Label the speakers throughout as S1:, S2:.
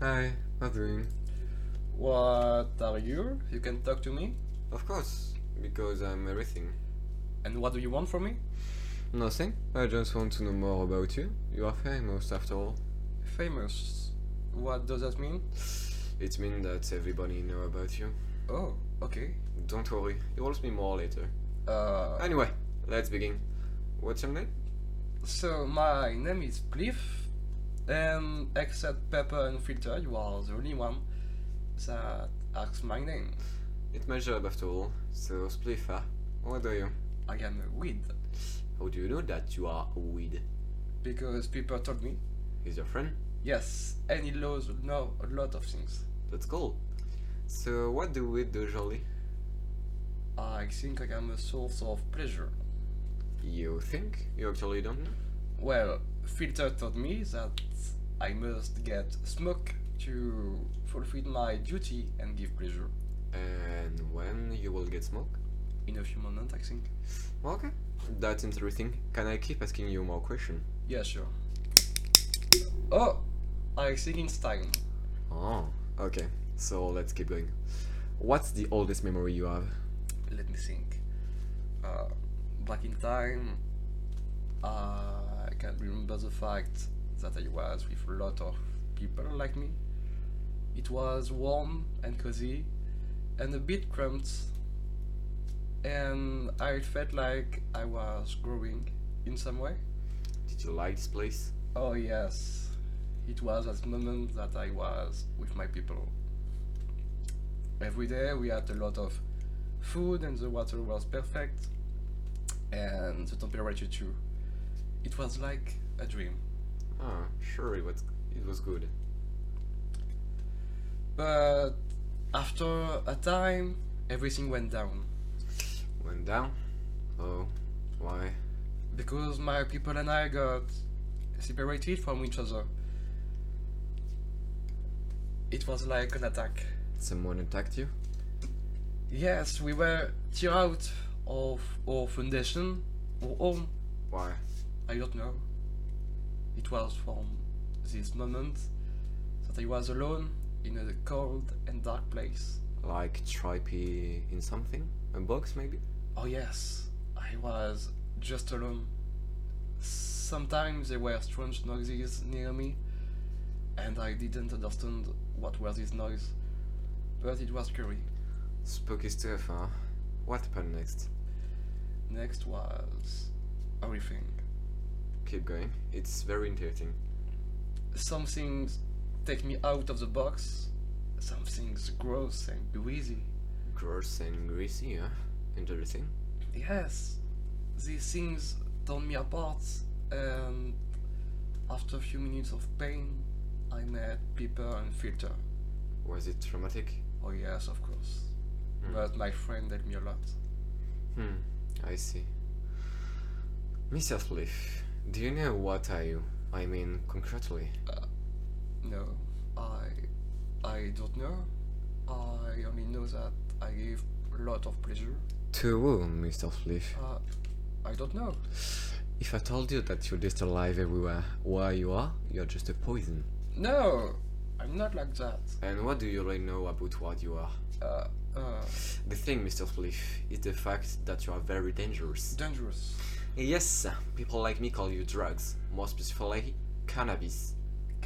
S1: Hi, nothing.
S2: What are you? You can talk to me.
S1: Of course, because I'm everything.
S2: And what do you want from me?
S1: Nothing. I just want to know more about you. You are famous after all.
S2: Famous. What does that mean?
S1: It means that everybody know about you.
S2: Oh, okay.
S1: Don't worry, you will be more later.
S2: Uh,
S1: Anyway, let's begin. What's your name?
S2: so my name is Cliff, and except Pepper and Filter, you are the only one that asks my name.
S1: It's my job after all, so Spliffa, what are you?
S2: I am a weed
S1: How do you know that you are weed?
S2: because people told me.
S1: Is your friend?
S2: Yes, and he knows know a lot of things.
S1: That's cool. So what do we do usually?
S2: I think I am a source of pleasure.
S1: You think? You actually don't know?
S2: Well, Filter told me that I must get smoke to fulfill my duty and give pleasure.
S1: And when you will get smoke?
S2: In a few moments, I think.
S1: Okay. That's interesting. Can I keep asking you more questions?
S2: Yeah, sure. Oh, I think it's time.
S1: Oh. Okay, so let's keep going. What's the oldest memory you have?
S2: Let me think. Uh, back in time, I can remember the fact that I was with a lot of people like me. It was warm and cozy, and a bit cramped, and I felt like I was growing in some way.
S1: Did you like this place?
S2: Oh yes, it was at the moment that I was with my people. Every day we had a lot of food and the water was perfect and the temperature too. It was like a dream.
S1: Ah, sure, it was, it was good.
S2: But after a time, everything went down
S1: Went down? Oh, why?
S2: because my people and I got separated from each other. It was like an attack.
S1: Someone attacked you?
S2: Yes, we were tear out of our foundation, our home.
S1: Why?
S2: I don't know. It was from this moment that I was alone in a cold and dark place.
S1: Like trippy in something? A box, maybe?
S2: Oh yes, I was just alone. Sometimes there were strange noises near me, and I didn't understand what was this noise, but it was scary.
S1: Spooky stuff, huh? What happened next?
S2: Next was everything.
S1: Keep going. It's very interesting.
S2: some things take me out of the box, some things gross and greasy.
S1: Gross and greasy, huh? Interesting.
S2: Yes, these things tore me apart, and after a few minutes of pain, I met Pepper and Filter.
S1: Was it traumatic?
S2: Oh, yes, of course.
S1: Hmm.
S2: But my friend helped me a lot.
S1: Hmm, I see. Mr. Spliff, do you know what are you? I mean, concretely.
S2: No, I, I don't know. I only know that I give a lot of pleasure.
S1: To whom, Mr. Spliff?
S2: Uh, I don't know.
S1: If I told you that you're just alive everywhere where you are, you're just a poison.
S2: No, I'm not like that.
S1: And what do you really know about what you are?
S2: Uh, uh.
S1: The thing, Mr. Spliff, is the fact that you are very dangerous.
S2: dangerous.
S1: Yes, people like me call you drugs, more specifically, cannabis.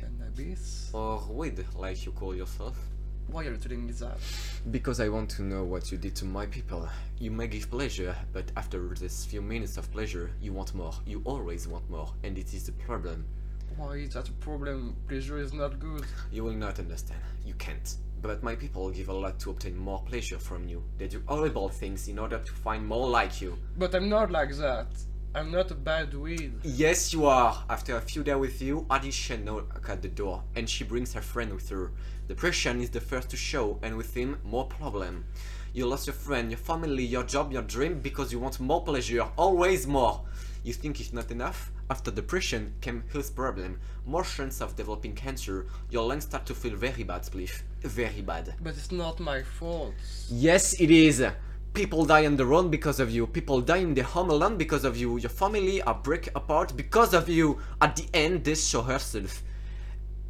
S2: Cannabis?
S1: Or weed, like you call yourself.
S2: Why are you telling me that?
S1: Because I want to know what you did to my people. You may give pleasure, but after this few minutes of pleasure, you want more. You always want more, and it is the problem.
S2: Why is that a problem? Pleasure is not good.
S1: You will not understand. You can't. But my people give a lot to obtain more pleasure from you. They do horrible things in order to find more like you.
S2: But I'm not like that. I'm not a bad weed.
S1: Yes, you are. After a few days with you, Alicia knocks at the door, and she brings her friend with her. Depression is the first to show, and with him, more problem. You lost your friend, your family, your job, your dream because you want more pleasure, always more. You think it's not enough? After depression came health problem, more chance of developing cancer. Your lungs start to feel very bad, spliff, very bad.
S2: But it's not my fault.
S1: Yes, it is. People die on the road because of you. People die in the home alone because of you. Your family are break apart because of you. At the end, they show herself.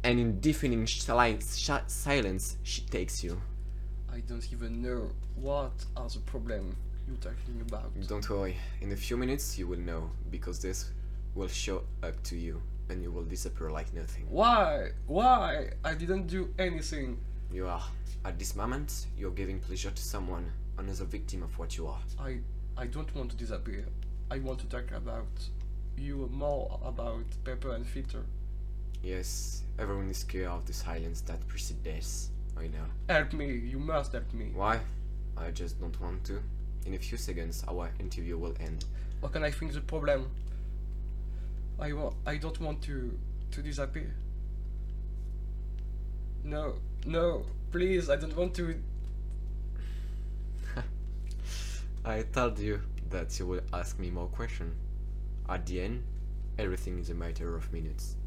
S1: and in deafening shli- sh- silence she takes you.
S2: I don't even know what are the problem you're talking about.
S1: Don't worry, in a few minutes you will know, because this will show up to you and you will disappear like nothing.
S2: Why? Why? I didn't do anything.
S1: You are, at this moment, you're giving pleasure to someone, another victim of what you are.
S2: I I don't want to disappear. I want to talk about you more about paper and filter.
S1: Yes, everyone is scared of the silence that precedes death. I know.
S2: Help me. You must help me.
S1: Why? I just don't want to. In a few seconds, our interview will end.
S2: What can I think the problem? I wa- I don't want to to disappear. No, no, please, I don't want to.
S1: I told you that you will ask me more questions. At the end, everything is a matter of minutes.